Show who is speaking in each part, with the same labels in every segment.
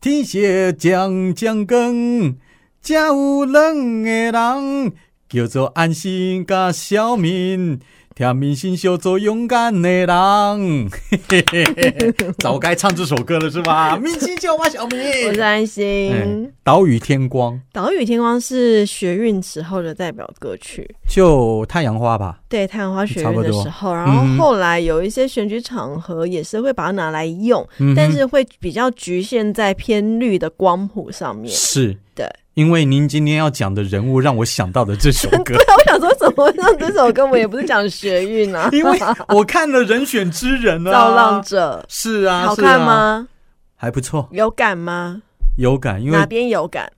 Speaker 1: 天色渐渐光，才有两个人，叫做安心甲小明，听明星秀做勇敢的人。 嘿嘿嘿嘿早该唱这首歌了是吧？明星秀啊，小明。
Speaker 2: 我是安心。
Speaker 1: 哎岛屿天光
Speaker 2: 岛屿天光》是学运时候的代表歌曲，
Speaker 1: 就太阳花吧，
Speaker 2: 对太阳花学运
Speaker 1: 差不
Speaker 2: 的
Speaker 1: 多
Speaker 2: 时候，然
Speaker 1: 嗯
Speaker 2: 后后来有一些选举场合也是会把它拿来用，
Speaker 1: 嗯哼
Speaker 2: 但是会比较局限在偏绿的光谱上面。
Speaker 1: 是
Speaker 2: 对，
Speaker 1: 因为您今天要讲的人物让我想到的这首 歌，
Speaker 2: 我想说，怎么会让这首歌？我也不是讲学 运啊
Speaker 1: ，因为我看了《人选之人》 啊，
Speaker 2: 造浪者，
Speaker 1: 是啊，
Speaker 2: 好
Speaker 1: 是啊
Speaker 2: 看？吗？
Speaker 1: 还不错，
Speaker 2: 有感吗？
Speaker 1: 有感，因
Speaker 2: 哪
Speaker 1: 为
Speaker 2: 边有感？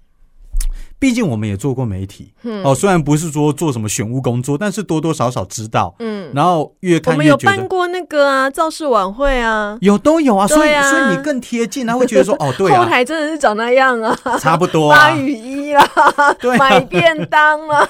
Speaker 1: 毕竟我们也做过媒体，
Speaker 2: 嗯
Speaker 1: 哦，虽然不是说做什么选务工作，但是多多少少知道，
Speaker 2: 嗯，
Speaker 1: 然后越
Speaker 2: 我
Speaker 1: 看
Speaker 2: 们
Speaker 1: 越
Speaker 2: 有
Speaker 1: 觉
Speaker 2: 办
Speaker 1: 得。
Speaker 2: 过那个啊造势晚会啊，
Speaker 1: 有都有啊，所以、
Speaker 2: 对啊
Speaker 1: 所以你更贴近，他会 觉得说，哦，对
Speaker 2: 后
Speaker 1: 啊，
Speaker 2: 台真的是长那样啊，
Speaker 1: 差不多啊
Speaker 2: 发，雨衣啦，
Speaker 1: 对啊
Speaker 2: 买，便当 啦，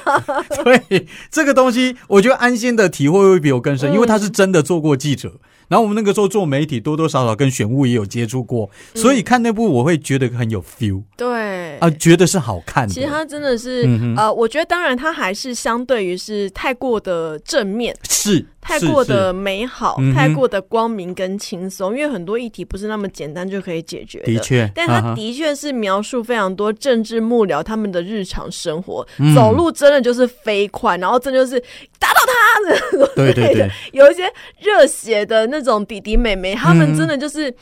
Speaker 1: 对这个东西，我觉得安心的体会会比我更
Speaker 2: 嗯
Speaker 1: 深，因为他是真的做过记者。然后我们那个时候做媒体，多多少少跟选务也有接触过，所以看那部我会觉得很有 feel
Speaker 2: 嗯对
Speaker 1: 啊，觉得是好看的。
Speaker 2: 其实它真的是、
Speaker 1: 嗯哼
Speaker 2: 呃，我觉得当然它还是相对于是太过的正面。
Speaker 1: 是
Speaker 2: 太
Speaker 1: 是
Speaker 2: 过的
Speaker 1: 是
Speaker 2: 美好
Speaker 1: 嗯哼，
Speaker 2: 太过的光明跟轻松，因为很多议题不是那么简单就可以解决
Speaker 1: 的确，
Speaker 2: 但
Speaker 1: 啊
Speaker 2: 他
Speaker 1: 哈
Speaker 2: 的确是描述非常多政治幕僚他们的日常生活，
Speaker 1: 嗯
Speaker 2: 走路真的就是飞快，然后真的就是打到他的，
Speaker 1: 对对对，
Speaker 2: 有一些热血的那种弟弟妹妹，他
Speaker 1: 嗯
Speaker 2: 们真的就是。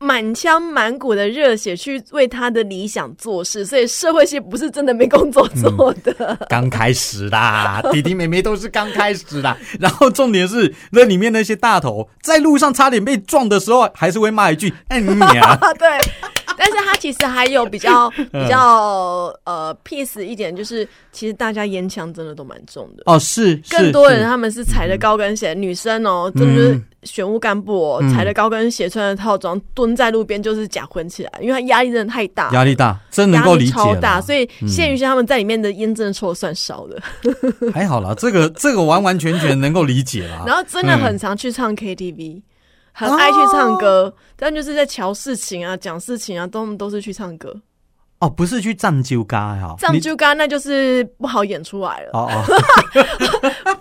Speaker 2: 满腔满谷的热血去为他的理想做事，所以社会系不是真的没工作做的。
Speaker 1: 刚开始啦，弟弟妹妹都是刚开始啦。然后重点是那里面那些大头在路上差点被撞的时候，还是会骂一 句“哎你娘
Speaker 2: 啊， 对。但是他其实还有 比较
Speaker 1: 嗯
Speaker 2: 比较呃 peace 一点，就是其实大家烟枪真的都蛮重的”。。
Speaker 1: 哦，是是
Speaker 2: 更多人啊
Speaker 1: 是
Speaker 2: 他们是踩着高跟鞋，女生哦，真的就是选务干部哦，
Speaker 1: 嗯
Speaker 2: 踩着高跟鞋，穿着套装，蹲在路边就是假混起来，因为他压力真的太大，
Speaker 1: 压力大，真能够理解
Speaker 2: 压力超
Speaker 1: 啦
Speaker 2: 大，所以谢云轩他们在里面的烟真的抽的算少的，
Speaker 1: 嗯还好啦，这个这个完完全全能够理解啦。
Speaker 2: 然后真的很常去唱 KTV，很爱去唱
Speaker 1: 哦
Speaker 2: 歌，但就是在瞧事情啊、讲事情啊，都都是去唱歌。
Speaker 1: 哦，不是去藏酒嘎哈，
Speaker 2: 藏
Speaker 1: 你
Speaker 2: 猪肝那就是不好演出来了。
Speaker 1: 哦哦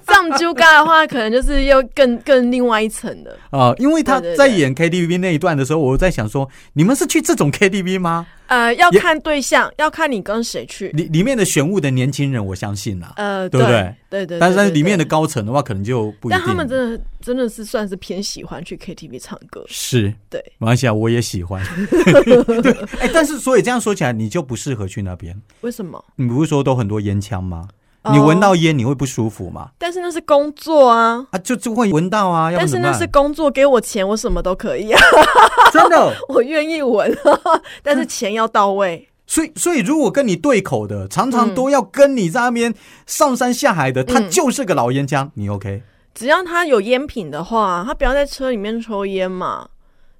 Speaker 2: 藏猪肝的话，可能就是又更更另外一层的。
Speaker 1: 哦，因为他
Speaker 2: 对对对
Speaker 1: 在演 KTV 那一段的时候，我在想说，你们是去这种 KTV 吗？
Speaker 2: 呃，要
Speaker 1: 也
Speaker 2: 看对象，要看你跟谁去。
Speaker 1: 里里面的选物的年轻人，我相信啦，
Speaker 2: 呃，
Speaker 1: 对不对
Speaker 2: 对对对，
Speaker 1: 但是
Speaker 2: 对
Speaker 1: 但是里面的，
Speaker 2: 对
Speaker 1: 高层的话，可能就不一定。
Speaker 2: 但他们真的真的是算是偏喜欢去 KTV 唱歌。
Speaker 1: 是
Speaker 2: 对，
Speaker 1: 马来西亚我也喜 欢。对，哎、但是所以这样说起来，你就不适合去那边。
Speaker 2: 为什么？
Speaker 1: 你不是说都很多烟枪吗？
Speaker 2: 哦
Speaker 1: 你闻到烟你会不舒服吗？
Speaker 2: 但是那是工作啊，
Speaker 1: 啊，就就会闻到啊，要不
Speaker 2: 但
Speaker 1: 然
Speaker 2: 是
Speaker 1: 怎
Speaker 2: 那
Speaker 1: 么
Speaker 2: 是
Speaker 1: 办？
Speaker 2: 工作，给我钱我什么都可以啊，
Speaker 1: 真的。
Speaker 2: 我愿意闻，啊 但是钱要到位。
Speaker 1: 所以，所以如果跟你对口的，常
Speaker 2: 嗯
Speaker 1: 常都要跟你在那边上山下海的，他就是个老烟枪，你 OK？
Speaker 2: 只要他有烟品的话，他不要在车里面抽烟嘛。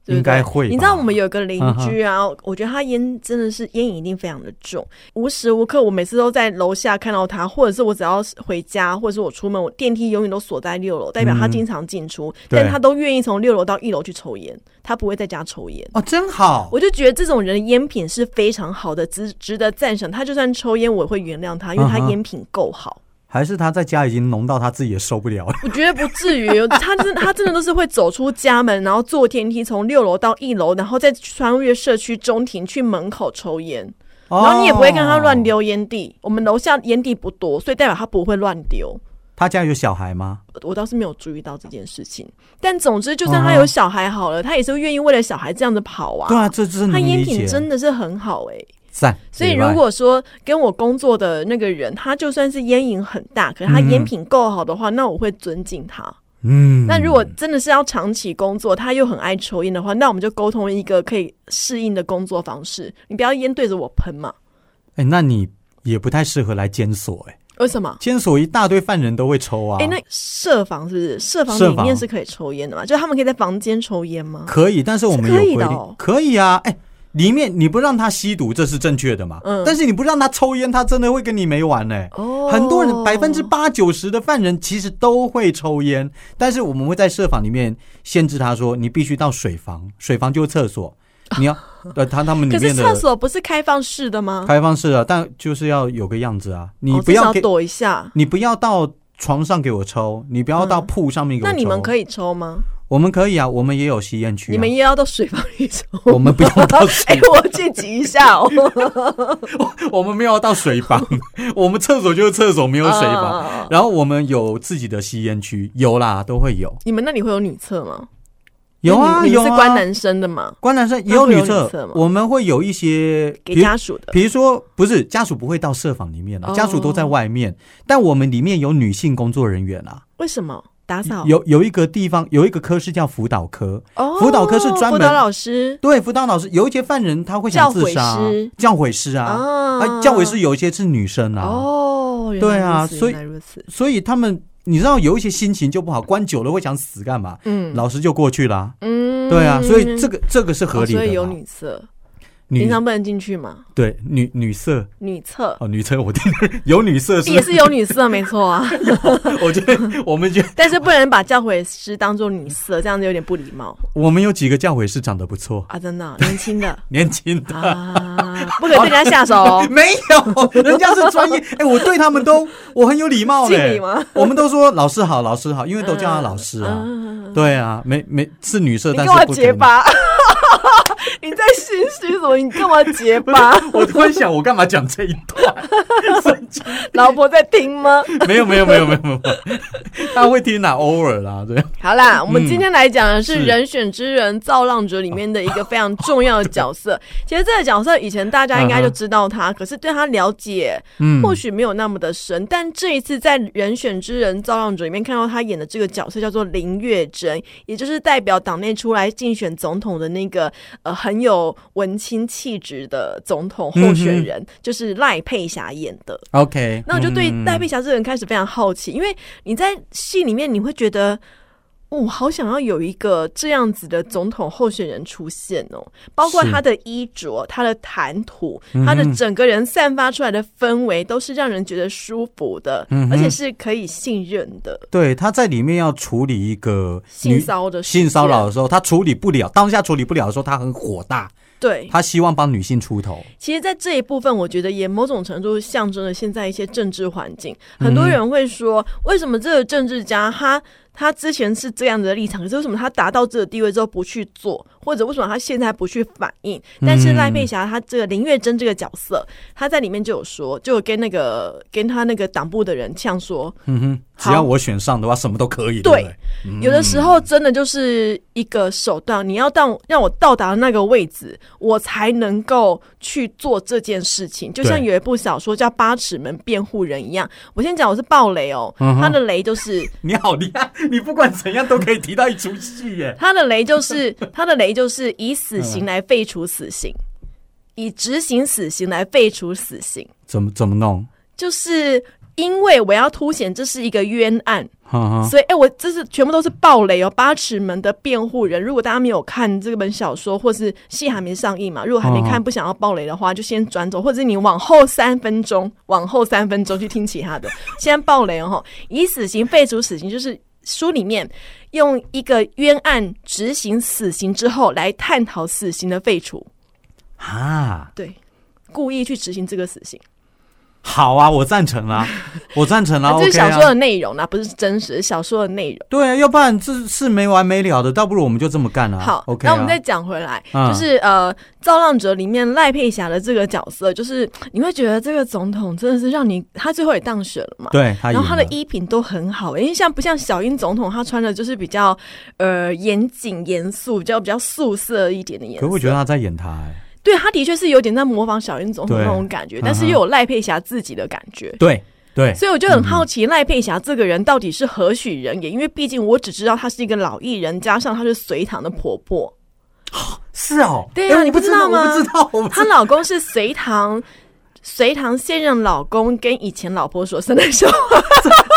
Speaker 2: 对不对
Speaker 1: 应该会吧嗯
Speaker 2: 你知道我们有个邻居啊，我觉得他烟真的是烟瘾一定非常的重，无时无刻我每次都在楼下看到他，或者是我只要回家，或者是我出门，我电梯永远都锁在六楼，代表
Speaker 1: 嗯
Speaker 2: 他经常进出，
Speaker 1: 对
Speaker 2: 但他都愿意从六楼到一楼去抽烟，他不会在家抽烟。
Speaker 1: 哦，真好，
Speaker 2: 我就觉得这种人的烟品是非常好的，值值得赞赏。他就算抽烟，我也会原谅他，因为他
Speaker 1: 嗯哼
Speaker 2: 烟品够好。
Speaker 1: 还是他在家已经浓到他自己也受不了了。
Speaker 2: 我觉得不至于，他真他真的都是会走出家门，然后坐电梯从六楼到一楼，然后再穿越社区中庭去门口抽烟，然后你也不会看他乱
Speaker 1: 哦。
Speaker 2: 丢烟蒂。我们楼下烟蒂不多，所以代表他不会乱丢。
Speaker 1: 他家有小孩吗？
Speaker 2: 我倒是没有注意到这件事情，但总之，就算他有小孩好了，他也是愿意为了小孩这样子跑
Speaker 1: 嗯
Speaker 2: 啊。
Speaker 1: 对啊，这这
Speaker 2: 他
Speaker 1: 能
Speaker 2: 烟
Speaker 1: 理
Speaker 2: 品
Speaker 1: 解。
Speaker 2: 真的是很好哎、
Speaker 1: 赞。
Speaker 2: 所以
Speaker 1: 明白
Speaker 2: 如果说跟我工作的那个人，他就算是烟瘾很大，可是他
Speaker 1: 嗯
Speaker 2: 烟品够好的话，那我会尊敬他。
Speaker 1: 嗯，
Speaker 2: 那如果真的是要长期工作，他又很爱抽烟的话，那我们就沟通一个可以适应的工作方式。你不要烟对着我喷嘛？
Speaker 1: 哎、那你也不太适合来监所哎、
Speaker 2: 为什么？
Speaker 1: 监所一大堆犯人都会抽啊。
Speaker 2: 哎、那设防是不是？设防
Speaker 1: 设
Speaker 2: 里
Speaker 1: 防
Speaker 2: 面是可以抽烟的嘛？就他们可以在房间抽烟吗？
Speaker 1: 可以，但是我们
Speaker 2: 是
Speaker 1: 有
Speaker 2: 可以
Speaker 1: 规定，
Speaker 2: 的
Speaker 1: 可以
Speaker 2: 哦
Speaker 1: 啊。哎、里面你不让他吸毒，这是正确的嘛？
Speaker 2: 嗯
Speaker 1: 但是你不让他抽烟，他真的会跟你没完呢、
Speaker 2: 哦
Speaker 1: 很多人百分之八九十的犯人其实都会抽烟，但是我 们会在设防里面限制他说，你必须到水房，水房就是厕所，你要呃，他他们里
Speaker 2: 可是
Speaker 1: 面的
Speaker 2: 厕所不是开放式的吗？
Speaker 1: 开放式的，但就是要有个样子啊，你
Speaker 2: 哦
Speaker 1: 不
Speaker 2: 至
Speaker 1: 要
Speaker 2: 少
Speaker 1: 给，
Speaker 2: 躲一下。
Speaker 1: 你不要到床上给我抽，你不要到
Speaker 2: 嗯
Speaker 1: 铺上面给我
Speaker 2: 那
Speaker 1: 抽。
Speaker 2: 你们
Speaker 1: 以，
Speaker 2: 可以抽吗？
Speaker 1: 我们可以啊，我们也有吸烟区、啊。
Speaker 2: 你们也要到水房里抽？
Speaker 1: 我们不要到
Speaker 2: 哎、
Speaker 1: 水，
Speaker 2: 我去挤一下哦。
Speaker 1: 我们没有到水房， 我们厕所就是厕所， 没有水
Speaker 2: 啊
Speaker 1: 房。
Speaker 2: 啊啊
Speaker 1: 然后我们有自己的吸烟区，有啦，都会有。
Speaker 2: 你们那里会有女厕吗？
Speaker 1: 有
Speaker 2: 那
Speaker 1: 啊，
Speaker 2: 你你
Speaker 1: 有
Speaker 2: 是
Speaker 1: 啊。
Speaker 2: 关男生的吗？
Speaker 1: 关男生也
Speaker 2: 那会
Speaker 1: 女
Speaker 2: 有女
Speaker 1: 厕
Speaker 2: 厕吗，
Speaker 1: 我们会有一些，
Speaker 2: 给
Speaker 1: 比如
Speaker 2: 家属的
Speaker 1: 比如说，不是家属不会到社房里面啊，
Speaker 2: 哦
Speaker 1: 家属都在外面，但我们里面有女性工作人员啊。
Speaker 2: 为什么打扫？
Speaker 1: 有有一个地方有一个科室叫辅导科，
Speaker 2: 哦，
Speaker 1: 辅导科是专门
Speaker 2: 辅导老师
Speaker 1: 对辅导老师有一些犯人他会想自杀
Speaker 2: 教诲师，
Speaker 1: 教诲师啊，啊教诲师有一些是女生啊，
Speaker 2: 哦，原来
Speaker 1: 对啊
Speaker 2: 如此
Speaker 1: 所以
Speaker 2: 原来如此，
Speaker 1: 所以他们你知道有一些心情就不好，关久了会想死干嘛？
Speaker 2: 嗯
Speaker 1: 老师就过去啦，
Speaker 2: 嗯，
Speaker 1: 对啊，所以这个这个是合理
Speaker 2: 哦所以
Speaker 1: 的
Speaker 2: 有
Speaker 1: 嘛，
Speaker 2: 女厕，平
Speaker 1: 女
Speaker 2: 常不能进去嘛？
Speaker 1: 对女女色
Speaker 2: 女厕
Speaker 1: 哦，女厕我听有女色是
Speaker 2: 也是有女色，没错啊，
Speaker 1: 我觉得我们觉得
Speaker 2: 但是不能把教诲师当做女色，这样子有点不礼貌
Speaker 1: 我们有几个教诲是长得不错，
Speaker 2: 啊！真的，年轻的
Speaker 1: 年轻 的。
Speaker 2: 啊，不可以对人家下手哦。
Speaker 1: 没有，人家是 专业。哎、我对他们都我很有礼貌
Speaker 2: 敬
Speaker 1: 嘞
Speaker 2: 礼吗。
Speaker 1: 我们都说老师好，老师好，因为都叫他老师啊。
Speaker 2: 嗯
Speaker 1: 对啊，没没是女色，
Speaker 2: 你
Speaker 1: 但
Speaker 2: 干
Speaker 1: 是
Speaker 2: 嘛
Speaker 1: 不可
Speaker 2: 结
Speaker 1: 能。
Speaker 2: 巴？ 你在心虚什么？你干嘛结巴？
Speaker 1: 我突然想，我干嘛讲这一段？
Speaker 2: 老婆在 听吗？
Speaker 1: 没有，没有，没有，没有，没 有。他会听啦，偶尔啦，对。
Speaker 2: 好啦，我们今天来讲的
Speaker 1: 嗯
Speaker 2: 是
Speaker 1: 是
Speaker 2: 《人选之人》《造浪者》里面的一个非常重要的角色。其实这个角色以前大家应该就知道他，可是对他了解
Speaker 1: 嗯
Speaker 2: 或许没有那么的深。但这一次在《人选之人》《造浪者》里面看到他演的这个角色叫做林月珍，也就是代表党内出来竞选总统的那个呃很有文青气质的总统候选人，就是赖佩霞演的。
Speaker 1: OK，
Speaker 2: 那我就对
Speaker 1: 嗯
Speaker 2: 戴佩霞这个人开始非常好奇，因为你在戏里面你会觉得。我、好想要有一个这样子的总统候选人出现哦，包括
Speaker 1: 是嗯
Speaker 2: 他的衣着、他的谈吐、他的整个人散发出来的氛围，都是让人觉得舒服的，
Speaker 1: 嗯哼
Speaker 2: 而且是可以信任的。
Speaker 1: 对他在里面要处理一个
Speaker 2: 性
Speaker 1: 女
Speaker 2: 骚的事件
Speaker 1: 性骚扰的时候，他处理不了，当下处理不了的时候，他很火大，
Speaker 2: 对，
Speaker 1: 他希望帮女性出头。
Speaker 2: 其实，在这一部分，我觉得也某种程度象征了现在一些政治环境。很多人会说，为什么这个政治家他他之前是这样子的立场，可是为什么他达到这个地位之后不去做，或者为什么他现在不去反应？但是赖佩霞她这个林月珍这个角色，她在里面就有说，就有跟那个跟他那个党部的人呛说，
Speaker 1: 嗯哼，只
Speaker 2: 好
Speaker 1: 要我选上的话，什么都可以。对
Speaker 2: 对
Speaker 1: 不对
Speaker 2: 有的时候真的就是一个手段，你要到让我到达那个位置，我才能够去做这件事情。就像
Speaker 1: 对
Speaker 2: 有一部小说叫《八尺门辩护人》一样，我先讲我是暴雷哦，
Speaker 1: 嗯哼
Speaker 2: 他的雷就是
Speaker 1: 你好厉害，你不管怎样都可以提到一出戏耶。
Speaker 2: 他的雷就是他的雷就是以
Speaker 1: 嗯
Speaker 2: 死刑来废除死刑，以执行死刑来废除死刑，
Speaker 1: 怎么怎么弄？
Speaker 2: 就是因为我要凸显这是一个冤案，
Speaker 1: 哈哈，
Speaker 2: 所以，哎、我这是全部都是暴雷哦！《八尺门的辩护人》，如果大家没有看这本小说，或是戏还没上映嘛，如果还没看，不想要暴雷的话，就先转走，或者是你往后三分钟，往后三分钟去听其他的。先暴雷哦，以死刑废除死刑，就是书里面用一个冤案执行死刑之后来探讨死刑的废除，
Speaker 1: 啊，
Speaker 2: 对，故意去执行这个死刑。
Speaker 1: 好啊，我赞成 啦，我赞成啦。
Speaker 2: 啊、这是
Speaker 1: OK
Speaker 2: 小
Speaker 1: 啊
Speaker 2: 说的内容啦、不是真实小说的内容。
Speaker 1: 对啊，要不然这是没完没了的，倒不如我们就这么干啊。
Speaker 2: 好
Speaker 1: ，OK 啊。
Speaker 2: 那我们再讲回来，
Speaker 1: 嗯
Speaker 2: 就是呃，《造浪者》里面赖佩霞的这个角色，就是你会觉得这个总统真的是让你，他最后也当选了嘛。
Speaker 1: 对他赢
Speaker 2: 然后他的
Speaker 1: 了
Speaker 2: 衣品都很好、因为像不像小英总统，他穿的就是比较呃严谨、严肃，比较比较素色一点的颜
Speaker 1: 可
Speaker 2: 色。
Speaker 1: 我觉得他在演他哎。
Speaker 2: 对他的确是有点在模仿小英总统
Speaker 1: 对
Speaker 2: 那种感觉，
Speaker 1: 嗯哼
Speaker 2: 但是又有赖佩霞自己的感觉。
Speaker 1: 对对，
Speaker 2: 所以我就很好奇赖佩霞这个人到底是何许人也，因为毕竟我只知道她是一个老艺人，加上她是隋唐的婆婆。
Speaker 1: 是哦。
Speaker 2: 对啊
Speaker 1: 哎我
Speaker 2: 你不知道吗
Speaker 1: 我不知道， 我不知
Speaker 2: 她
Speaker 1: 道。
Speaker 2: 老公是隋唐，隋唐现任老公跟以前老婆所生的 小孩。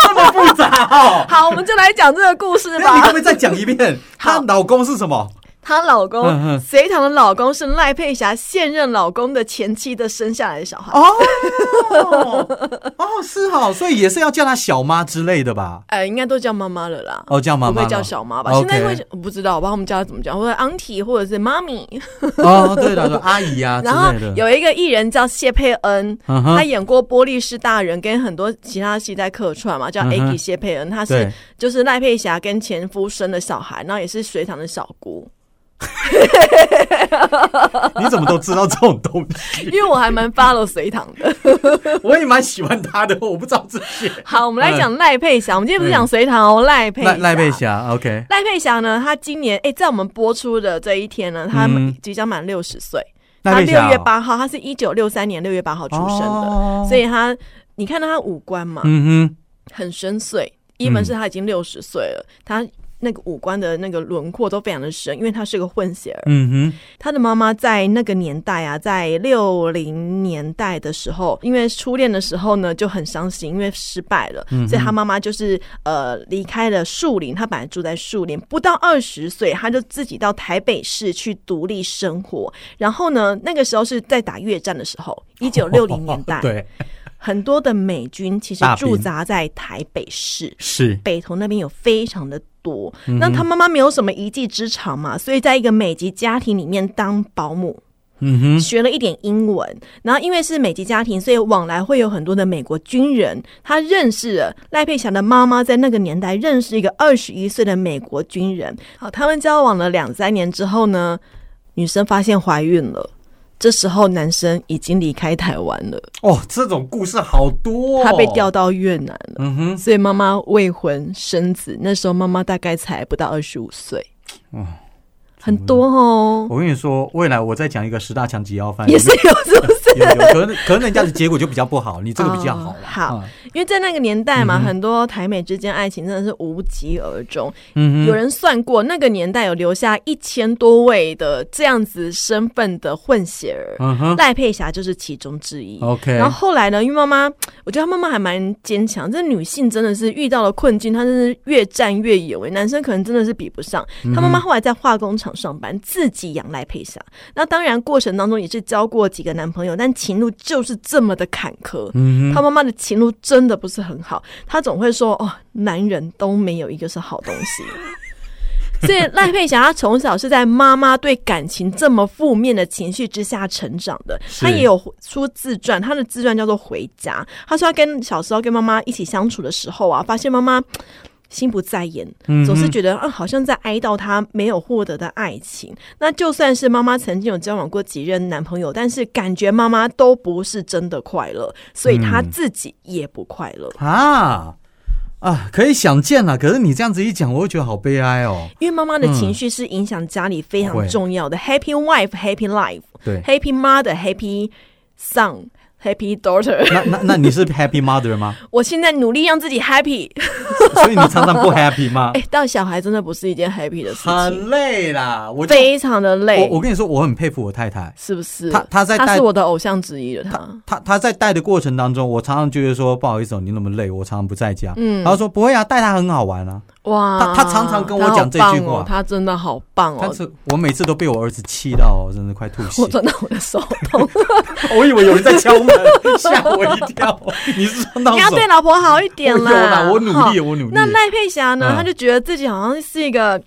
Speaker 1: 这么复杂哦。 哎
Speaker 2: 好，我们就来讲这个故事
Speaker 1: 那你可
Speaker 2: 吧
Speaker 1: 不可。以再讲一遍？她
Speaker 2: 好
Speaker 1: 老公是什么？
Speaker 2: 她老公
Speaker 1: 嗯嗯
Speaker 2: 隋唐的老公是赖佩霞现任老公的前妻的生下来的小孩。
Speaker 1: 哦， 哦，是哦，所以也是要叫她小妈之类的吧？
Speaker 2: 呃，应该都叫妈妈了啦。
Speaker 1: 哦，叫妈
Speaker 2: 不
Speaker 1: 妈
Speaker 2: 会
Speaker 1: 咯，
Speaker 2: 叫小妈吧？
Speaker 1: OK
Speaker 2: 现在会我不知道，我不知道我们家怎么叫，或者 auntie 或者是 妈咪。
Speaker 1: 哦，对 了，对阿姨啊之
Speaker 2: 然后
Speaker 1: 类的。
Speaker 2: 有一个艺人叫谢佩恩，
Speaker 1: 嗯
Speaker 2: 他
Speaker 1: 哼，
Speaker 2: 演过《玻璃是大人》跟很多其他戏在客串嘛，叫
Speaker 1: 嗯哼
Speaker 2: Aki 谢佩恩，他是
Speaker 1: 对，
Speaker 2: 就是赖佩霞跟前夫生的小孩，然后也是隋唐的小 姑。
Speaker 1: 你怎么都知道这种东西？
Speaker 2: 因为我还蛮 follow 隋唐的。
Speaker 1: 我也蛮喜欢她的，我不知道这 些。
Speaker 2: 好，我们来讲赖佩霞，我们今天不是讲隋唐哦，赖佩
Speaker 1: 嗯赖赖佩
Speaker 2: 佩。
Speaker 1: 霞，OK，
Speaker 2: 赖佩霞呢？她今年哎、在我们播出的这一天呢，她
Speaker 1: 嗯
Speaker 2: 即将满六十岁。
Speaker 1: 赖
Speaker 2: 她
Speaker 1: 佩
Speaker 2: 六
Speaker 1: 霞哦
Speaker 2: 月八号，她是一九六三年六月八号出生的，
Speaker 1: 哦
Speaker 2: 所以她你看到她五官嘛，
Speaker 1: 嗯哼，
Speaker 2: 很深邃。一门
Speaker 1: 嗯
Speaker 2: 是她已经六十岁了，她那个五官的那个轮廓都非常的深，因为她是个混血儿。
Speaker 1: 嗯哼，
Speaker 2: 她的妈妈在那个年代啊，在六零年代的时候，因为初恋的时候呢就很伤心，因为失败了，
Speaker 1: 嗯
Speaker 2: 所以她妈妈就是呃离开了树林。她本来住在树林，不到二十岁，她就自己到台北市去独立生活。然后呢，那个时候是在打越战的时候，一九六零年代，
Speaker 1: 对，
Speaker 2: 很多的美军其实
Speaker 1: 大兵
Speaker 2: 驻扎在台北市。
Speaker 1: 是，嗯
Speaker 2: 北投那边有非常的多。那他妈妈没有什么一技之长嘛，所以在一个美籍家庭里面当保姆。
Speaker 1: 嗯哼，
Speaker 2: 学了一点英文，然后因为是美籍家庭，所以往来会有很多的美国军人。他认识了赖佩霞的妈妈，在那个年代认识一个二十一岁的美国军人。好，他们交往了两三年之后呢，女生发现怀孕了。这时候男生已经离开台湾了，
Speaker 1: 哦，这种故事好多、哦，
Speaker 2: 他被调，到越南了。
Speaker 1: 嗯哼，
Speaker 2: 所以妈妈未婚生子，那时候妈妈大概才不到二十五岁，
Speaker 1: 哦
Speaker 2: 很多哦，
Speaker 1: 我跟你说，未来我再讲一个十大强急要犯，
Speaker 2: 也是有这种事，
Speaker 1: 有有有可能可能人家的结果就比较不 好，你这个比较好、
Speaker 2: 哦好
Speaker 1: 嗯，
Speaker 2: 因为在那个年代嘛，
Speaker 1: 嗯哼
Speaker 2: 很多台美之间爱情真的是无疾而终。
Speaker 1: 嗯
Speaker 2: 有人算过，那个年代有留下一千多位的这样子身份的混血儿，
Speaker 1: 嗯哼
Speaker 2: 赖佩霞就是其中之一。
Speaker 1: ，OK，
Speaker 2: 然后后来呢？因为妈妈，我觉得她妈妈还蛮坚强。这女性真的是遇到了困境，她真是越战越有为。男生可能真的是比不上。她妈妈后来在化工厂上班，自己养赖佩霞。那当然过程当中也是交过几个男朋友，但情路就是这么的坎坷。
Speaker 1: 嗯
Speaker 2: 她妈妈的情路真的不是很好，她总会说：“哦，男人都没有一个是好东西。” 所以赖佩霞她从小是在妈妈对感情这么负面的情绪之下成长的。
Speaker 1: 是
Speaker 2: 她也有出自传，她的自传叫做《回家》。她说她跟小时候跟妈妈一起相处的时候啊，发现妈妈。心不在焉，
Speaker 1: 嗯哼，
Speaker 2: 总是觉得啊，好像在哀悼她没有获得的爱情。那就算是妈妈曾经有交往过几任男朋友，但是感觉妈妈都不是真的快乐，所以她自己也不快乐。
Speaker 1: 得啊啊，可以想见了。可是你这样子一讲，我会觉得好悲哀哦。
Speaker 2: 因为妈妈的情绪是影响家里非常重要的、happy wife, happy life,
Speaker 1: 对，
Speaker 2: happy mother, happy son, happy daughter。
Speaker 1: 那那那你是 Happy Mother 吗？
Speaker 2: 我现在努力让自己 happy，
Speaker 1: 所以你常常不 Happy 吗
Speaker 2: 哎、？当小孩真的不是一件 happy 的事情，
Speaker 1: 很累啦，我就
Speaker 2: 非常的累
Speaker 1: 我，我跟你说，我很佩服我太太，
Speaker 2: 是不是？
Speaker 1: 她她在带
Speaker 2: 他是我的偶像之一了，他。
Speaker 1: 她她在带的过程当中，我常常觉得说不好意思哦，你那么累，我常常不在家。
Speaker 2: 嗯
Speaker 1: 她说不会啊，带她很好玩啊。
Speaker 2: 哇，
Speaker 1: 他他常常跟我讲这句话
Speaker 2: 他好棒哦他真的好棒
Speaker 1: 但
Speaker 2: 哦，
Speaker 1: 是我每次都被我儿子气到哦，真的快吐血
Speaker 2: 我。真的我的手痛。
Speaker 1: 我以为有人在敲门，吓我一跳。 你是说闹
Speaker 2: 你要
Speaker 1: 手
Speaker 2: 对？老婆好一点
Speaker 1: 我有啦，我努
Speaker 2: 好
Speaker 1: 力，我努力。
Speaker 2: 那赖佩霞呢？
Speaker 1: 嗯
Speaker 2: 她就觉得自己好像是一个。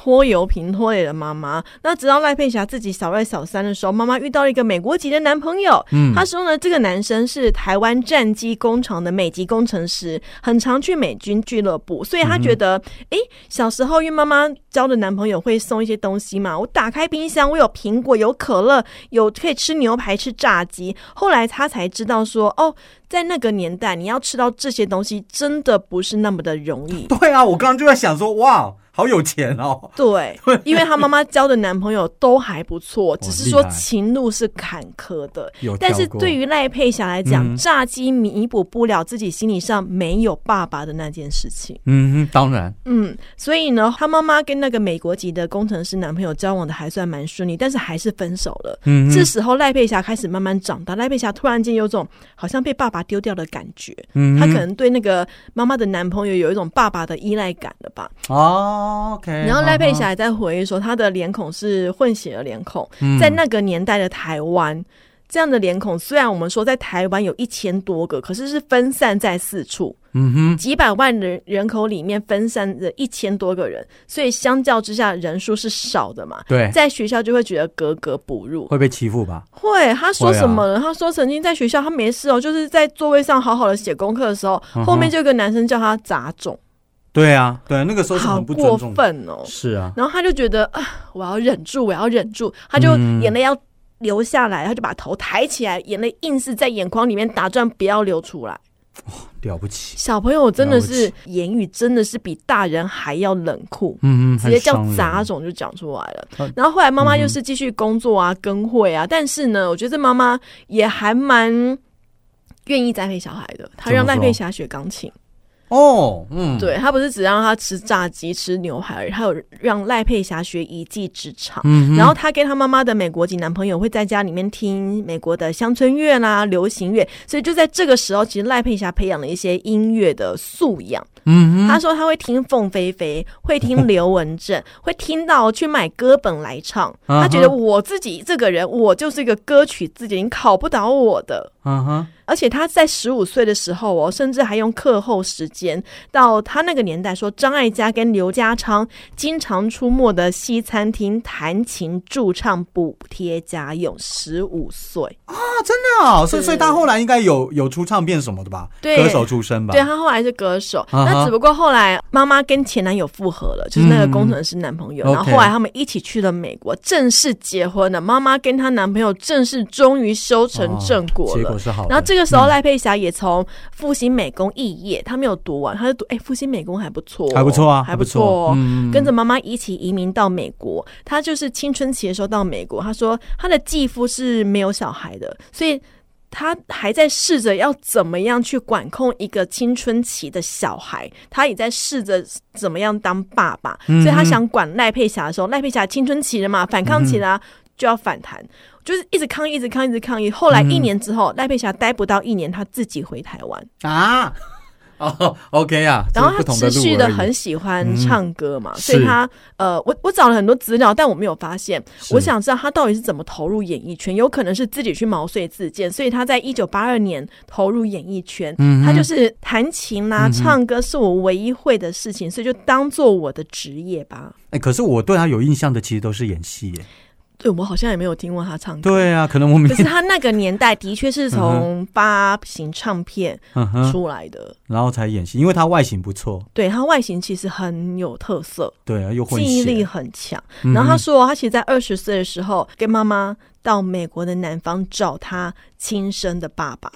Speaker 2: 拖油瓶拖累了妈妈。那直到赖佩霞自己小二小三的时候，妈妈遇到了一个美国籍的男朋友。
Speaker 1: 嗯
Speaker 2: 她说呢，这个男生是台湾战机工厂的美籍工程师，很常去美军俱乐部，所以
Speaker 1: 嗯
Speaker 2: 她觉得，诶，小时候因为妈妈交的男朋友会送一些东西嘛，我打开冰箱，我有苹果，有可乐，有可以吃牛排，吃炸鸡。后来她才知道说，哦，在那个年代，你要吃到这些东西，真的不是那么的 容易。
Speaker 1: 对啊，我刚刚就在想说，哇，好有钱哦。
Speaker 2: 对，因为她妈妈交的男朋友都还 不错，只是说
Speaker 1: 厉害
Speaker 2: 情路是坎坷的。
Speaker 1: 有
Speaker 2: 但是
Speaker 1: 跳过
Speaker 2: 对于赖佩霞来讲，
Speaker 1: 嗯
Speaker 2: 炸鸡弥补不了自己心理上没有爸爸的那件事情。
Speaker 1: 嗯，当然，
Speaker 2: 嗯，所以呢，她妈妈跟那个美国籍的工程师男朋友交往的还算蛮顺利，但是还是分手了。
Speaker 1: 嗯
Speaker 2: 这时候赖佩霞开始慢慢长大，赖佩霞突然间有种好像被爸爸丢掉的感觉。
Speaker 1: 嗯
Speaker 2: 她可能对那个妈妈的男朋友有一种爸爸的依赖感了吧？
Speaker 1: 哦， OK，
Speaker 2: 然后
Speaker 1: 哈
Speaker 2: 赖佩
Speaker 1: 哈
Speaker 2: 霞也在回忆说，她的脸孔是混血的脸孔，
Speaker 1: 嗯
Speaker 2: 在那个年代的台湾，这样的脸孔虽然我们说在台湾有一千多个，可是是分散在四处，
Speaker 1: 嗯哼，
Speaker 2: 几百万人人口里面分散着一千多个人，所以相较之下人数是少的嘛。
Speaker 1: 对，
Speaker 2: 在学校就会觉得格格不入，
Speaker 1: 会被欺负吧？
Speaker 2: 会，他说
Speaker 1: 会啊
Speaker 2: 什么呢？他说曾经在学校，他没事哦，就是在座位上好好的写功课的时候，
Speaker 1: 嗯哼
Speaker 2: 后面就有一个男生叫他杂种，
Speaker 1: 对啊，对，那个时候是
Speaker 2: 好
Speaker 1: 很不尊
Speaker 2: 过
Speaker 1: 重的。
Speaker 2: 分哦。
Speaker 1: 是啊，
Speaker 2: 然后他就觉得啊，我要忍住，我要忍住，他就
Speaker 1: 嗯
Speaker 2: 眼泪要流下来，他就把头抬起来，眼泪硬是在眼眶里面打转，不要流出来。
Speaker 1: 了不起。
Speaker 2: 小朋友真的
Speaker 1: 了
Speaker 2: 是言语真的是比大人还要冷酷。
Speaker 1: 嗯嗯，
Speaker 2: 直接
Speaker 1: 很
Speaker 2: 叫
Speaker 1: 伤人
Speaker 2: 杂种就讲出来了
Speaker 1: 嗯，
Speaker 2: 然后后来妈妈又是继续工作啊、更会啊，但是呢，我觉得这妈妈也还蛮愿意栽培小孩的，她让
Speaker 1: 怎么
Speaker 2: 赖
Speaker 1: 说
Speaker 2: 佩霞学钢琴，
Speaker 1: 哦，嗯，
Speaker 2: 对她不是只让她吃炸鸡、吃牛排而已，她有让赖佩霞学一技之长。
Speaker 1: 嗯哼，
Speaker 2: 然后她跟她妈妈的美国籍男朋友会在家里面听美国的乡村乐啦、流行乐，所以就在这个时候，其实赖佩霞培养了一些音乐的素养。
Speaker 1: 嗯
Speaker 2: 她
Speaker 1: 哼，
Speaker 2: 说她会听凤飞飞，会听刘文正，会听到去买歌本来唱。
Speaker 1: 嗯哼
Speaker 2: 她觉得我自己这个人，我就是一个歌曲自己，你考不倒我的。
Speaker 1: 嗯哼，
Speaker 2: 而且她在十五岁的时候哦，甚至还用课后时间到她那个年代说张艾嘉跟刘家昌经常出没的西餐厅弹琴驻唱补贴家用。十五岁，
Speaker 1: 啊那哦所以
Speaker 2: 是
Speaker 1: 所以他后来应该有有出唱片什么的吧？
Speaker 2: 对
Speaker 1: 歌手出身吧？
Speaker 2: 对她后来是歌手，
Speaker 1: 啊哈
Speaker 2: 那只不过后来妈妈跟前男友复合了，就是那个工程师男朋友，
Speaker 1: 嗯
Speaker 2: 然后
Speaker 1: OK
Speaker 2: 后来他们一起去了美国，正式结婚了。妈妈跟她男朋友正式终于修成正果
Speaker 1: 哦结
Speaker 2: 了。
Speaker 1: 果是好的。嗯
Speaker 2: 然后这个时候，赖佩霞也从复兴美工肄业，她没有读完，她就读哎，复兴美工还不错哦、
Speaker 1: 还不错啊，
Speaker 2: 还
Speaker 1: 不
Speaker 2: 不错哦、
Speaker 1: 嗯，
Speaker 2: 跟着妈妈一起移民到美国。她就是青春期的时候到美国，她说她的继父是没有小孩的，所以她还在试着要怎么样去管控一个青春期的小孩，她也在试着怎么样当爸爸。
Speaker 1: 嗯
Speaker 2: 所以她想管赖佩霞的时候，赖佩霞青春期了嘛，反抗期啦、就要反弹。就是一直抗议，一直抗议，一直抗议。后来一年之后，赖、佩霞待不到一年，她自己回台湾，
Speaker 1: 啊， 哦，OK 啊，
Speaker 2: 然后
Speaker 1: 这是不
Speaker 2: 他
Speaker 1: 同
Speaker 2: 持
Speaker 1: 路
Speaker 2: 续的
Speaker 1: 而已
Speaker 2: 很喜欢唱歌嘛，
Speaker 1: 嗯
Speaker 2: 所以
Speaker 1: 是
Speaker 2: 他呃，我我找了很多资料，但我没有发现。
Speaker 1: 是
Speaker 2: 我想知道他到底是怎么投入演艺圈，有可能是自己去毛遂自荐，所以他在一九八二年投入演艺圈。
Speaker 1: 嗯哼
Speaker 2: 他就是弹琴啦、
Speaker 1: 嗯哼
Speaker 2: 唱歌是我唯一会的事情，所以就当做我的职业吧。
Speaker 1: 哎，可是我对他有印象的其实都是演戏耶。
Speaker 2: 对我好像也没有听过他唱歌。
Speaker 1: 对啊，可能我 没
Speaker 2: 可是他那个年代的确是从发行唱片
Speaker 1: 嗯哼，
Speaker 2: 出来的，
Speaker 1: 然后才演戏，因为他外形不错，
Speaker 2: 对他外形其实很有特色，
Speaker 1: 对啊，又混
Speaker 2: 记忆力
Speaker 1: 血，
Speaker 2: 很强。
Speaker 1: 嗯
Speaker 2: 然后他
Speaker 1: 哼
Speaker 2: 说，他其实，在二十岁的时候，跟妈妈到美国的南方找他亲生的爸爸。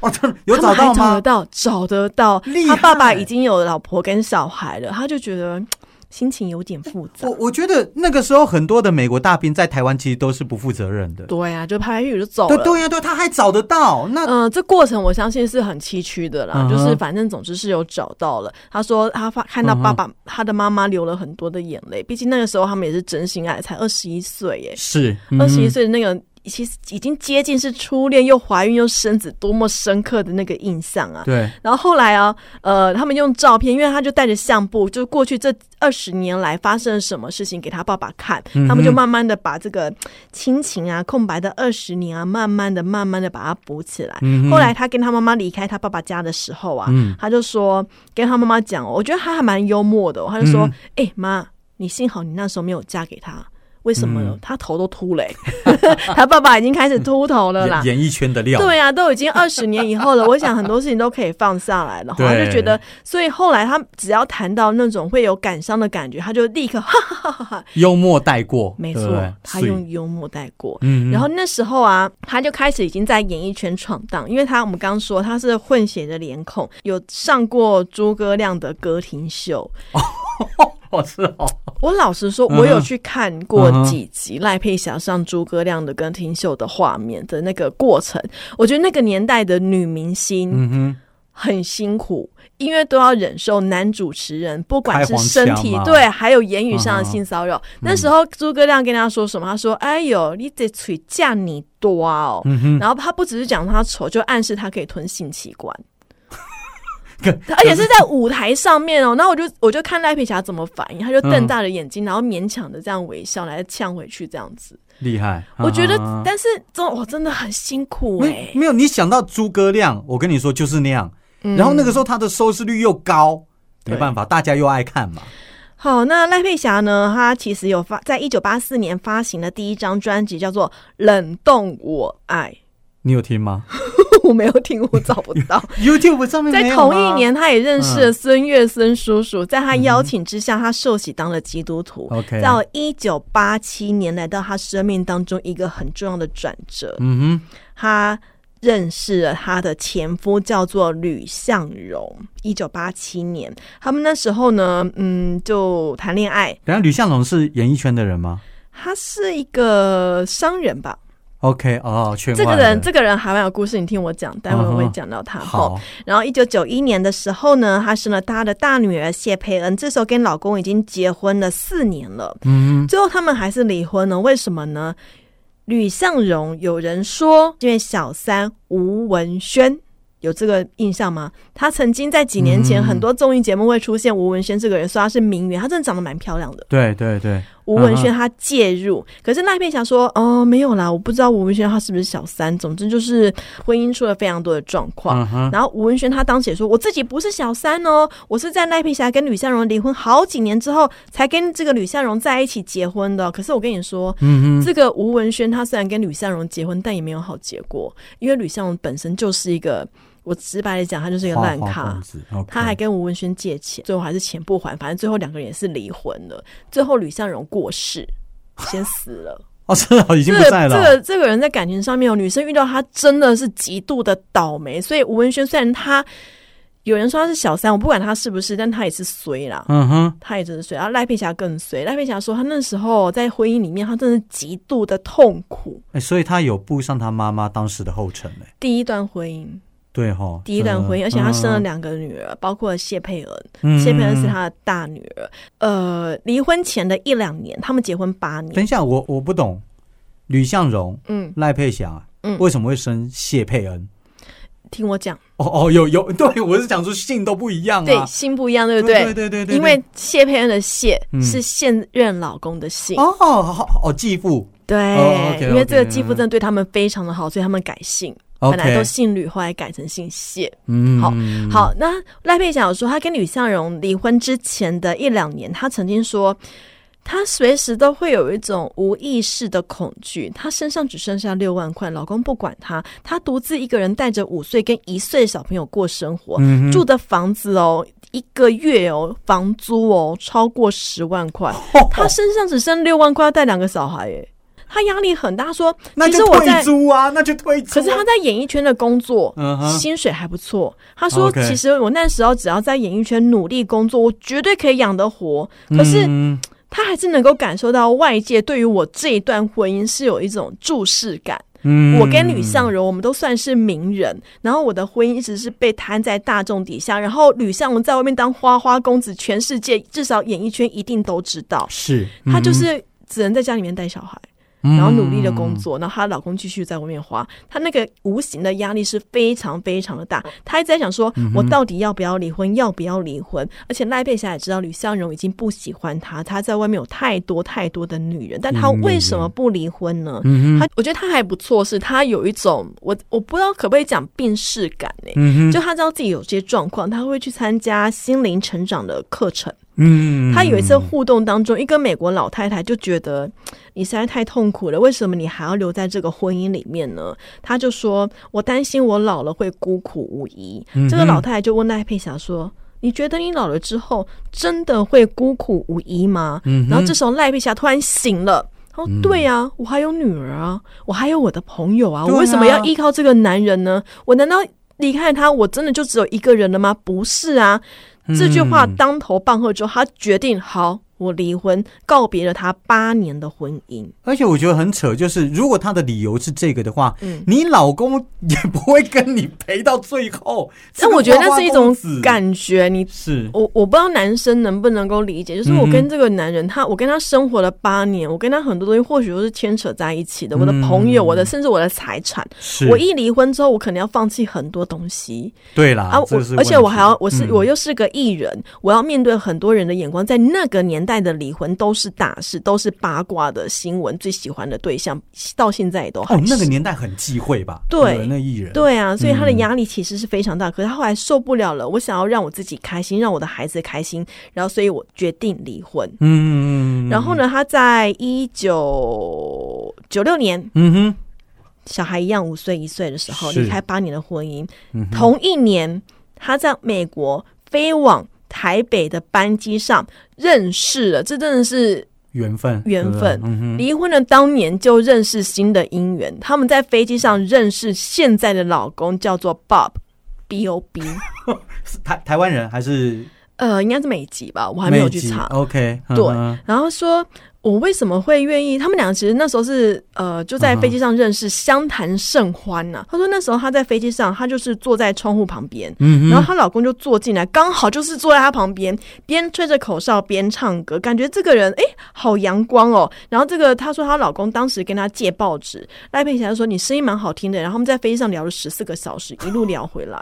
Speaker 1: 哦，这有
Speaker 2: 他
Speaker 1: 找到
Speaker 2: 们还找得
Speaker 1: 吗？
Speaker 2: 到，找得到
Speaker 1: 厉。
Speaker 2: 他爸爸
Speaker 1: 害
Speaker 2: 已经有老婆跟小孩了，他就觉得嗯心情有点复 杂
Speaker 1: 我。我觉得那个时候很多的美国大兵在台湾其实都是不负责任的。
Speaker 2: 对啊，就拍拍屁股就走
Speaker 1: 对
Speaker 2: 了。
Speaker 1: 对呀、对，他还找得到那
Speaker 2: 嗯、这过程我相信是很崎岖的啦，
Speaker 1: 嗯哼
Speaker 2: 就是反正总之是有找到了。他说他发看到
Speaker 1: 嗯
Speaker 2: 爸爸、他的妈妈流了很多的眼泪，毕竟那个时候他们也是真心爱，才二十一岁耶，
Speaker 1: 是
Speaker 2: 二十一
Speaker 1: 嗯
Speaker 2: 岁的那个。其实已经接近是初恋，又怀孕又生子，多么深刻的那个印象啊！
Speaker 1: 对，
Speaker 2: 然后后来啊，呃，他们用照片，因为他就带着相簿，就过去这二十年来发生了什么事情给他爸爸看，他们就慢慢的把这个亲情啊、空白的二十年啊，慢慢的、慢慢的把它补起来。后来他跟他妈妈离开他爸爸家的时候啊，
Speaker 1: 嗯
Speaker 2: 他就说跟他妈妈讲哦、我觉得他还蛮幽默的哦、他就说：“哎、妈，你幸好你那时候没有嫁给他。”为什么呢？他头都秃嘞、 他爸爸已经开始秃头了呃啦
Speaker 1: 演。演艺圈的料，
Speaker 2: 对啊，都已经二十年以后了，我想很多事情都可以放下来了。
Speaker 1: 对
Speaker 2: 他就觉得，所以后来他只要谈到那种会有感伤的感觉，他就立刻 哈哈哈哈哈，
Speaker 1: 幽默带过，
Speaker 2: 没
Speaker 1: 对
Speaker 2: 错
Speaker 1: 不对，
Speaker 2: 他
Speaker 1: 所以
Speaker 2: 用幽默带过。
Speaker 1: 嗯
Speaker 2: 然后那时候啊，他就开始已经在演艺圈闯荡，因为他我们刚刚说他是混血的脸孔，有上过诸葛亮的歌厅秀。
Speaker 1: 哦是哦，
Speaker 2: 我老实说，
Speaker 1: 嗯哼
Speaker 2: 我有去看过
Speaker 1: 嗯哼
Speaker 2: 几集赖佩霞上诸葛亮的歌厅秀的画面的那个过程，我觉得那个年代的女明星，
Speaker 1: 嗯哼，
Speaker 2: 很辛苦，因为都要忍受男主持人不管是身
Speaker 1: 开黄
Speaker 2: 体
Speaker 1: 腔嘛嗯
Speaker 2: 对，还有言语上的性骚扰。那时候诸葛亮跟他说什么？他说：“哎呦，你这嘴架你多
Speaker 1: 嗯
Speaker 2: 哦。然后他不只是讲他丑，就暗示他可以吞性器官。而且是在舞台上面哦。然后我就我就看赖佩霞怎么反应，他就瞪大了眼
Speaker 1: 嗯
Speaker 2: 睛，然后勉强的这样微笑来呛回去，这样子。
Speaker 1: 厉害，
Speaker 2: 我觉得，
Speaker 1: 啊
Speaker 2: 但是真我真的很辛苦哎、
Speaker 1: 没没有你想到诸葛亮，我跟你说就是那样。然后那个时候他的收视率又高，没
Speaker 2: 嗯对
Speaker 1: 办法，大家又爱看嘛。
Speaker 2: 好，那赖佩霞呢？她其实有发，在一九八四年发行的第一张专辑叫做《冷冻我爱，
Speaker 1: 你有听吗》
Speaker 2: 我没有听，我找不到。
Speaker 1: ？YouTube 上面 没
Speaker 2: 在
Speaker 1: 有
Speaker 2: 同一
Speaker 1: 吗
Speaker 2: 年，她也认识了孙悦森叔叔，在他邀请之下，她受洗当了基督徒。
Speaker 1: 嗯 OK
Speaker 2: 到一九八七年，来到她生命当中一个很重要的转折，
Speaker 1: 嗯
Speaker 2: 她认识了她的前夫，叫做吕相荣。一九八七年，他们那时候呢，嗯，就谈恋爱。
Speaker 1: 哼，然后吕向龙是演艺圈的人吗
Speaker 2: 他是一个商人吧？
Speaker 1: ？OK，哦，圈
Speaker 2: 这
Speaker 1: 外
Speaker 2: 个
Speaker 1: 的
Speaker 2: 人，这个人还蛮有故事，你听我讲，待会
Speaker 1: 嗯
Speaker 2: 我
Speaker 1: 哼
Speaker 2: 会讲到他。
Speaker 1: 好
Speaker 2: 吼，然后一九九一年的时候呢，她生了她的大女儿谢佩恩，这时候跟老公已经结婚了四年了，
Speaker 1: 嗯
Speaker 2: 最后他们还是离婚了，为什么呢？吕向荣有人说，因为小三吴文轩。有这个印象吗？她曾经在几年前
Speaker 1: 嗯
Speaker 2: 很多综艺节目会出现吴文轩这个人，说她是名媛，她真的长得蛮漂亮的。
Speaker 1: 对对对，
Speaker 2: 吴文轩
Speaker 1: 啊
Speaker 2: 他介入，可是赖佩霞说：“哦，没有啦，我不知道吴文轩他是不是小三。总之就是婚姻出了非常多的状况。
Speaker 1: 嗯哼，
Speaker 2: 然后吴文轩他当时也说：“我自己不是小三哦，我是在赖佩霞跟吕向荣离婚好几年之后，才跟这个吕向荣在一起结婚的。可是我跟你说，
Speaker 1: 嗯哼，
Speaker 2: 这个吴文轩他虽然跟吕向荣结婚，但也没有好结果，因为吕向荣本身就是一个，我直白的讲，他就是一个烂
Speaker 1: 花
Speaker 2: 咖。
Speaker 1: 花公子，OK，
Speaker 2: 他还跟吴文轩借钱，最后还是钱不还，反正最后两个人也是离婚了。最后吕向荣过世，先死了。
Speaker 1: 哦是哦， 已经不在了，
Speaker 2: 这个这个人在感情上面哦，女生遇到他真的是极度的倒霉。所以吴文轩虽然他有人说他是小三，我不管他是不是，但他也是衰啦。
Speaker 1: 嗯哼，
Speaker 2: 他也真是衰，然啊后赖佩霞更衰。赖佩霞说，她那时候在婚姻里面，她真的是极度的痛苦。
Speaker 1: 哎，所以他有步上他妈妈当时的后尘哎，
Speaker 2: 第一段婚姻，
Speaker 1: 对哈，嗯
Speaker 2: 第一段婚姻，而且她
Speaker 1: 他
Speaker 2: 生了两个女儿，包括谢佩恩。
Speaker 1: 两
Speaker 2: 谢佩恩是他的大女儿。呃，离婚前的一两年，他们结婚八
Speaker 1: 等
Speaker 2: 年。
Speaker 1: 一下，我我不懂，吕向荣、
Speaker 2: 嗯，
Speaker 1: 赖佩霞，
Speaker 2: 嗯
Speaker 1: 为什么会生谢佩恩？
Speaker 2: 听我讲，
Speaker 1: 哦哦，有有，对我是讲说姓都不一样
Speaker 2: 对，
Speaker 1: 啊，
Speaker 2: 心不一样，
Speaker 1: 对
Speaker 2: 对不
Speaker 1: 对对对对，
Speaker 2: 因为谢佩恩的谢
Speaker 1: 嗯
Speaker 2: 是现任老公的姓，
Speaker 1: 哦好哦继父
Speaker 2: 对，
Speaker 1: 哦，OK，OK，
Speaker 2: 因为这个继父真的对他们非常的好，所以他们改姓，本来
Speaker 1: ，OK，
Speaker 2: 都姓吕，后来改成姓谢。
Speaker 1: 嗯
Speaker 2: 好好，那赖佩霞有说，她跟吕向荣离婚之前的一两年，她曾经说，她随时都会有一种无意识的恐惧。她身上只剩下六万块，老公不管她，她独自一个人带着五岁跟一岁的小朋友过生活，
Speaker 1: 嗯
Speaker 2: 住的房子哦，一个月哦，房租哦超过十万 块，她身上只剩六万块，要带两个小孩耶。她压力很大，说
Speaker 1: 那就
Speaker 2: 其实我在
Speaker 1: 退租啊，那就退租啊。
Speaker 2: 可是他在演艺圈的工作，
Speaker 1: 嗯哼哦
Speaker 2: 薪水还不错。他说：“
Speaker 1: OK
Speaker 2: 其实我那时候只要在演艺圈努力工作，我绝对可以养得活。”可是
Speaker 1: 嗯
Speaker 2: 他还是能够感受到外界对于我这一段婚姻是有一种注视感。
Speaker 1: 嗯
Speaker 2: 我跟吕向荣，我们都算是名人，然后我的婚姻一直是被摊在大众底下，然后吕向荣在外面当花花公子，全世界至少演艺圈一定都知道，
Speaker 1: 是
Speaker 2: 他就是只能在家里面带小孩。
Speaker 1: 然
Speaker 2: 然后努力的工，作，然后她老公继续在外面花，她那个无形的压力是非常非常的大。她一直在想说，我到底要不要离婚？要不要离婚？而且赖佩霞也知道吕向荣已经不喜欢她，她在外面有太多太多的女人，但她为什么不离婚呢？
Speaker 1: 嗯
Speaker 2: 她我觉得她还不错，是她有一种我我不知道可不可以讲病逝感呢、
Speaker 1: 嗯
Speaker 2: 就她知道自己有这些状况，她会去参加心灵成长的课程。
Speaker 1: 嗯
Speaker 2: 他有一次互动当中，一个美国老太太就觉得你实在太痛苦了，为什么你还要留在这个婚姻里面呢？他就说：“我担心我老了会孤苦无依。
Speaker 1: 嗯
Speaker 2: 这个老太太就问赖佩霞说：“你觉得你老了之后真的会孤苦无依吗？”
Speaker 1: 嗯
Speaker 2: 然后这时候赖佩霞突然醒了。她说：“对呀、我还有女儿啊，我还有我的朋友啊，
Speaker 1: 对啊
Speaker 2: 我为什么要依靠这个男人呢？我难道离开他，我真的
Speaker 1: 嗯
Speaker 2: 就只有一个人了吗？不是啊，这句话当头棒喝之后，他决定好，我离婚，告别了他八年的婚姻。
Speaker 1: 而且我觉得很扯，就是如果他的理由是这个的话，
Speaker 2: 嗯
Speaker 1: 你老公也不会跟你陪到最后。
Speaker 2: 但我觉得那是一种
Speaker 1: 这个花花公子，
Speaker 2: 感觉，你
Speaker 1: 是
Speaker 2: 我我不知道男生能不能够理解，
Speaker 1: 嗯
Speaker 2: 就是我跟这个男人，他我跟他生活了八年，我跟他很多东西或许都是牵扯在一起的，我的朋友，
Speaker 1: 嗯
Speaker 2: 我的甚至我的财产，
Speaker 1: 是，
Speaker 2: 我一离婚之后，我可能要放弃很多东西
Speaker 1: 对啦，
Speaker 2: 啊，
Speaker 1: 这
Speaker 2: 我
Speaker 1: 是
Speaker 2: 而且
Speaker 1: 问
Speaker 2: 我还
Speaker 1: 题
Speaker 2: 要我是、
Speaker 1: 嗯
Speaker 2: 我又是个艺人，我要面对很多人的眼光，在那个年代的离婚都是大事，都是八卦的新闻，最喜欢的对象到现在也都还
Speaker 1: 哦
Speaker 2: 是。
Speaker 1: 那个年代很忌讳吧？
Speaker 2: 对
Speaker 1: 那艺人
Speaker 2: 对啊，所以他的
Speaker 1: 嗯
Speaker 2: 压力其实是非常大。可是他后来受不了了，我想要让我自己开心，让我的孩子开心，然后所以我决定离婚。
Speaker 1: 嗯，嗯嗯嗯
Speaker 2: 然后呢，他在一九九六年，
Speaker 1: 嗯哼，
Speaker 2: 小孩一样五岁一岁的时候
Speaker 1: 是嗯
Speaker 2: 离开八年的婚姻。同一年，他在美国飞往台北的班机上认识了，这真的是
Speaker 1: 缘分，
Speaker 2: 缘
Speaker 1: 对不对
Speaker 2: 分
Speaker 1: 嗯哼，
Speaker 2: 离婚的当年就认识新的姻缘。他们在飞机上认识现在的老公，叫做 Bob。B O B，
Speaker 1: 是台台湾人还是
Speaker 2: 呃，应该是美籍吧，我还没有去
Speaker 1: 美籍嗯
Speaker 2: 查。
Speaker 1: OK，
Speaker 2: 对然后说，我为什么会愿意？他们俩其实那时候是呃，就在飞
Speaker 1: 嗯
Speaker 2: 机上认识，相谈甚欢呐、他说那时候他在飞机上，他就是坐在窗户旁边，
Speaker 1: 嗯
Speaker 2: 然后
Speaker 1: 哼，
Speaker 2: 她老公就坐进来，刚好就是坐在她旁边，边吹着口哨边唱歌，感觉这个人哎、好阳光哦。然后这个她说她老公当时跟她借报纸，赖佩霞就说你声音蛮好听的，然后他们在飞机上聊了十四个小时，一路聊回来。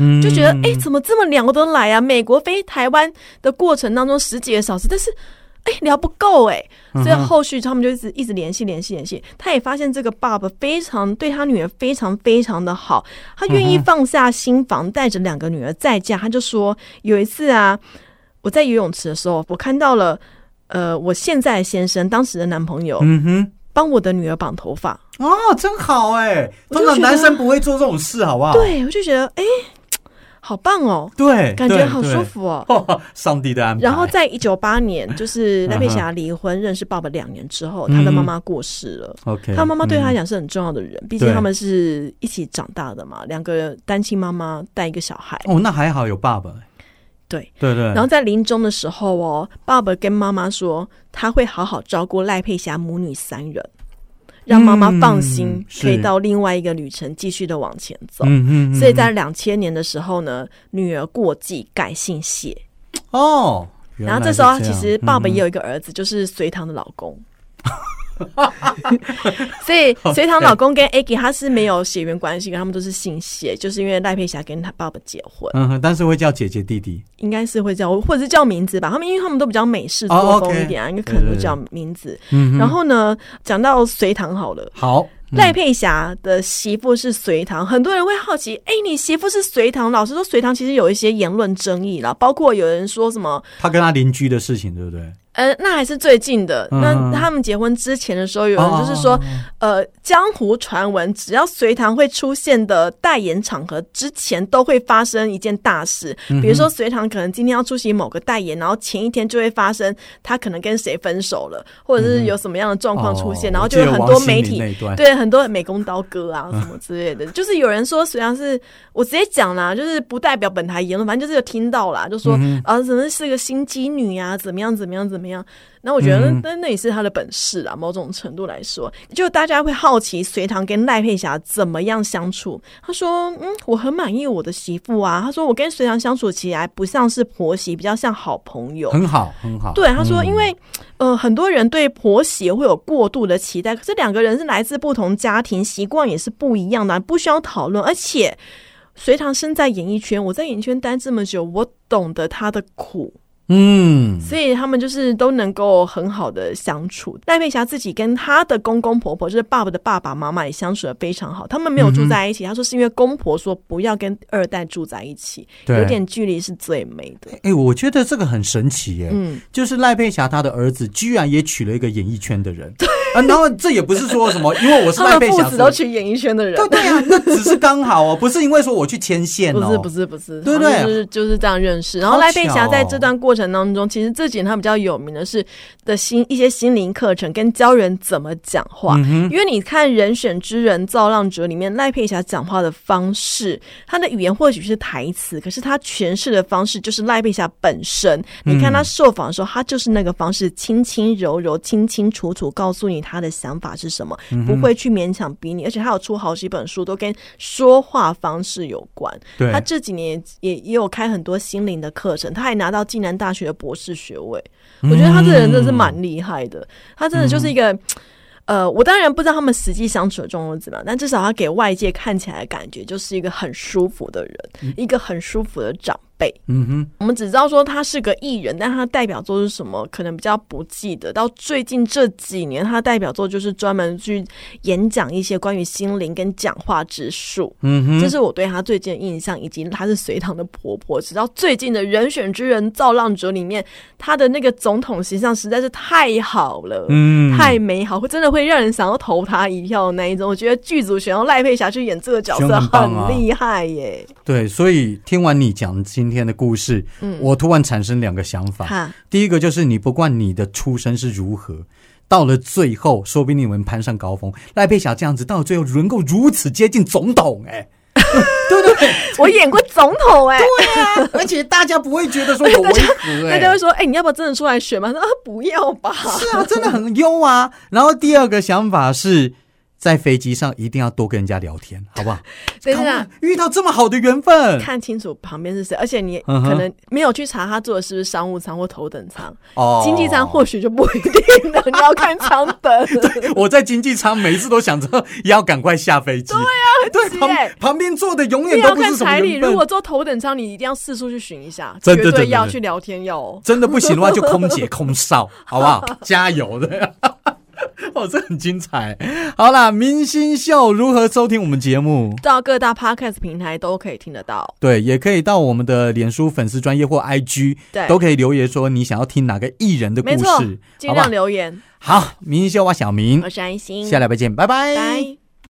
Speaker 1: 嗯
Speaker 2: 就觉得哎、诶怎么这么聊得来啊？美国飞台湾的过程当中十几个小时，但是哎、聊不够哎、
Speaker 1: 嗯
Speaker 2: 所以后续他们就一直一直联系联系联系。他也发现这个爸爸非常对他女儿非常非常的好，他愿意放下心房，带着两个女儿再嫁。他就说有一次啊，我在游泳池的时候，我看到了呃我现在的先生当时的男朋友
Speaker 1: 嗯哼，
Speaker 2: 帮我的女儿绑头发，
Speaker 1: 哦，真好哎，
Speaker 2: 我
Speaker 1: 通
Speaker 2: 就
Speaker 1: 常
Speaker 2: 觉得
Speaker 1: 男生不会做这种事，好不好？
Speaker 2: 对我就觉得哎、好棒哦，
Speaker 1: 对，
Speaker 2: 感觉
Speaker 1: 哎对
Speaker 2: 好
Speaker 1: 对
Speaker 2: 舒服哦。
Speaker 1: 哦， 上帝的安排。
Speaker 2: 然后在一九八年，就是
Speaker 1: 嗯
Speaker 2: 赖佩霞离婚、认识爸爸两年之后，她的妈妈过世了。
Speaker 1: OK，
Speaker 2: 她妈妈对她来
Speaker 1: 嗯
Speaker 2: 讲是很重要的人，毕竟
Speaker 1: 对
Speaker 2: 他们是一起长大的嘛，两个单亲妈妈带一个小孩。
Speaker 1: 哦，那还好有爸爸。
Speaker 2: 对
Speaker 1: 对对，
Speaker 2: 然后在临终的时候哦，爸爸跟妈妈说他会好好照顾赖佩霞母女三人，让妈妈放心，
Speaker 1: 嗯是
Speaker 2: 可以到另外一个旅程继续的往前走。
Speaker 1: 嗯嗯，
Speaker 2: 所以
Speaker 1: 嗯
Speaker 2: 在两千年的时候呢，女儿过继改姓谢，
Speaker 1: 哦，原
Speaker 2: 然
Speaker 1: 来
Speaker 2: 后这
Speaker 1: 是
Speaker 2: 时候
Speaker 1: 这
Speaker 2: 其
Speaker 1: 样
Speaker 2: 实爸爸也
Speaker 1: 嗯
Speaker 2: 有一个儿子，就是隋唐的老公。所以隋唐老公跟 Aggie 他是没有血缘关系，他们都是姓谢，就是因为赖佩霞跟他爸爸结婚，
Speaker 1: 嗯哼，但是会叫姐姐弟弟。
Speaker 2: 应该是会叫或者是叫名字吧。他们因为他们都比较美式
Speaker 1: 哦
Speaker 2: 作风一点啊，应该可能会叫名字。
Speaker 1: 嗯哼，
Speaker 2: 然后呢，讲到隋唐好了。
Speaker 1: 好，嗯
Speaker 2: 赖佩霞的媳妇是隋唐，很多人会好奇，哎、你媳妇是隋唐？老实说，隋唐其实有一些言论争议啦，包括有人说什么
Speaker 1: 他跟他邻居的事情，对不对？
Speaker 2: 呃，那还是最近的。
Speaker 1: 嗯哦
Speaker 2: 那他们结婚之前的时候，有人就是说，呃，江湖传闻，只要隋唐会出现的代言场合之前，都会发生一件大事。
Speaker 1: 嗯
Speaker 2: 比如说，隋唐可能今天要出席某个代言，然后前一天就会发生他可能跟谁分手了，或者是有什么样的状况出现，
Speaker 1: 嗯哦
Speaker 2: 然后
Speaker 1: 我
Speaker 2: 就有
Speaker 1: 记得
Speaker 2: 很
Speaker 1: 王
Speaker 2: 多
Speaker 1: 心
Speaker 2: 媒
Speaker 1: 凌
Speaker 2: 体
Speaker 1: 那一段
Speaker 2: 对，很多美工刀割啊什么之类的，就是有人说隋唐是我直接讲啦，就是不代表本台言论，反正就是有听到啦，就说、啊什么是个心机女啊，怎么样怎么样怎么样。那我觉得
Speaker 1: 嗯
Speaker 2: 那那那也是她的本事啊，某种程度来说，就大家会好奇隋唐跟赖佩霞怎么样相处。他说，嗯，我很满意我的媳妇啊。他说我跟隋唐相处起来不像是婆媳，比较像好朋友。
Speaker 1: 很好，很好。
Speaker 2: 对，他说，
Speaker 1: 嗯
Speaker 2: 因为、呃，很多人对婆媳会有过度的期待，可是两个人是来自不同家庭，习惯也是不一样的，不需要讨论。而且，隋唐身在演艺圈，我在演艺圈待这么久，我懂得他的苦，
Speaker 1: 嗯，
Speaker 2: 所以他们就是都能够很好的相处。赖佩霞自己跟她的公公婆婆，就是爸爸的爸爸妈妈，也相处的非常好。他们没
Speaker 1: 嗯
Speaker 2: 有住在一起，她说是因为公婆说不要跟二代住在一起，
Speaker 1: 对
Speaker 2: 有点距离是最美的。
Speaker 1: 哎、我觉得这个很神奇耶、
Speaker 2: 嗯，
Speaker 1: 就是赖佩霞她的儿子居然也娶了一个演艺圈的人， 啊，然后这也不是说什么，因为我是
Speaker 2: 他
Speaker 1: 赖
Speaker 2: 们
Speaker 1: 佩
Speaker 2: 父
Speaker 1: 霞
Speaker 2: 子，都去演艺圈的人，
Speaker 1: 对对啊，那只是刚好哦，不是因为说我去牵线哦，
Speaker 2: 不是不是不是，
Speaker 1: 对不
Speaker 2: 他们
Speaker 1: 对
Speaker 2: 就是就是这样认识。然后
Speaker 1: 好
Speaker 2: 赖佩霞
Speaker 1: 巧
Speaker 2: 在
Speaker 1: 哦
Speaker 2: 这段过程当中，其实这几年她比较有名的是的心一些心灵课程跟教人怎么讲话，因为你看《人选之人》《造浪者》里面赖佩霞讲话的方式，她的语言或许是台词，可是她诠释的方式就是赖佩霞本身。你看她受访的时候，她就是那个方式，轻轻柔柔、清清楚楚告诉你她的想法是什么，不会去勉强逼你，而且她有出好几本书，都跟说话方式有关。
Speaker 1: 对
Speaker 2: 他这几年也也也有开很多心灵的课程，他还拿到暨南大学的博士学位。我觉得他这个人真的是
Speaker 1: 嗯
Speaker 2: 蛮厉害的，他真的就是一个。呃，我当然不知道他们实际相处的状况是怎么样，但至少他给外界看起来的感觉就是一个很舒服的人，一个很舒服的长辈。
Speaker 1: 嗯哼，
Speaker 2: 我们只知道说他是个艺人，但他代表作是什么，可能比较不记得。到最近这几年，他的代表作就是专门去演讲一些关于心灵跟讲话之术。
Speaker 1: 嗯哼，
Speaker 2: 这是我对她最近的印象，以及她是隋唐的婆婆。直到最近的《人选之人》《造浪者》里面，她的那个总统形象实在是太好了。
Speaker 1: 嗯，
Speaker 2: 太美好，会真的会让人想要投她一票的那一种。我觉得剧组选用赖佩霞去演这个角
Speaker 1: 选
Speaker 2: 色
Speaker 1: 很棒啊
Speaker 2: 很厉害耶！
Speaker 1: 对，所以听完你讲今天的故事，
Speaker 2: 嗯
Speaker 1: 我突然产生两个想法。
Speaker 2: 哈，
Speaker 1: 第一个就是你不管你的出身是如何，到了最后，说不定你们攀上高峰。赖佩霞这样子，到了最后能够如此接近总统、 哎，对不对？
Speaker 2: 我演过总统哎、
Speaker 1: 对啊，而且大家不会觉得说有违 和、
Speaker 2: 大
Speaker 1: 哎，
Speaker 2: 家会说：“哎、你要不要真的出来选嘛？”她说：“啊，不要吧。
Speaker 1: 是啊，真的很优啊。然后第二个想法是。在飞机上一定要多跟人家聊天，好 不好？”
Speaker 2: 等一下，
Speaker 1: 遇到这么好的缘分，
Speaker 2: 看清楚旁边是谁，而且你
Speaker 1: 嗯哼
Speaker 2: 可能没有去查他坐的是不是商务舱或头等舱。
Speaker 1: 哦
Speaker 2: 经济舱或许就不一定 了，你要看舱本。
Speaker 1: 我在经济舱每次都想着要赶快下飞机。对啊呀，对
Speaker 2: 急
Speaker 1: 旁
Speaker 2: 欸
Speaker 1: 旁边坐的永远
Speaker 2: 你
Speaker 1: 都
Speaker 2: 要
Speaker 1: 不
Speaker 2: 看
Speaker 1: 是什么
Speaker 2: 彩礼，
Speaker 1: 人
Speaker 2: 如果坐头等舱，你一定要四处去寻一下，
Speaker 1: 真的
Speaker 2: 绝
Speaker 1: 真
Speaker 2: 对
Speaker 1: 的
Speaker 2: 要
Speaker 1: 真的
Speaker 2: 去聊天要哦。
Speaker 1: 真的不行的话，就空姐、空 少，好不好？加油的。 哦，这很精彩。好啦，明星秀如何收听我们节目？
Speaker 2: 到各大 podcast 平台都可以听得到。
Speaker 1: 对，也可以到我们的脸书粉丝专业或 IG，
Speaker 2: 对
Speaker 1: 都可以留言说你想要听哪个艺人的故
Speaker 2: 没错
Speaker 1: 事，
Speaker 2: 尽
Speaker 1: 好不好
Speaker 2: 量？留言。
Speaker 1: 好，明星秀啊，小明
Speaker 2: 我，是安心，
Speaker 1: 下礼拜见，拜
Speaker 2: 拜。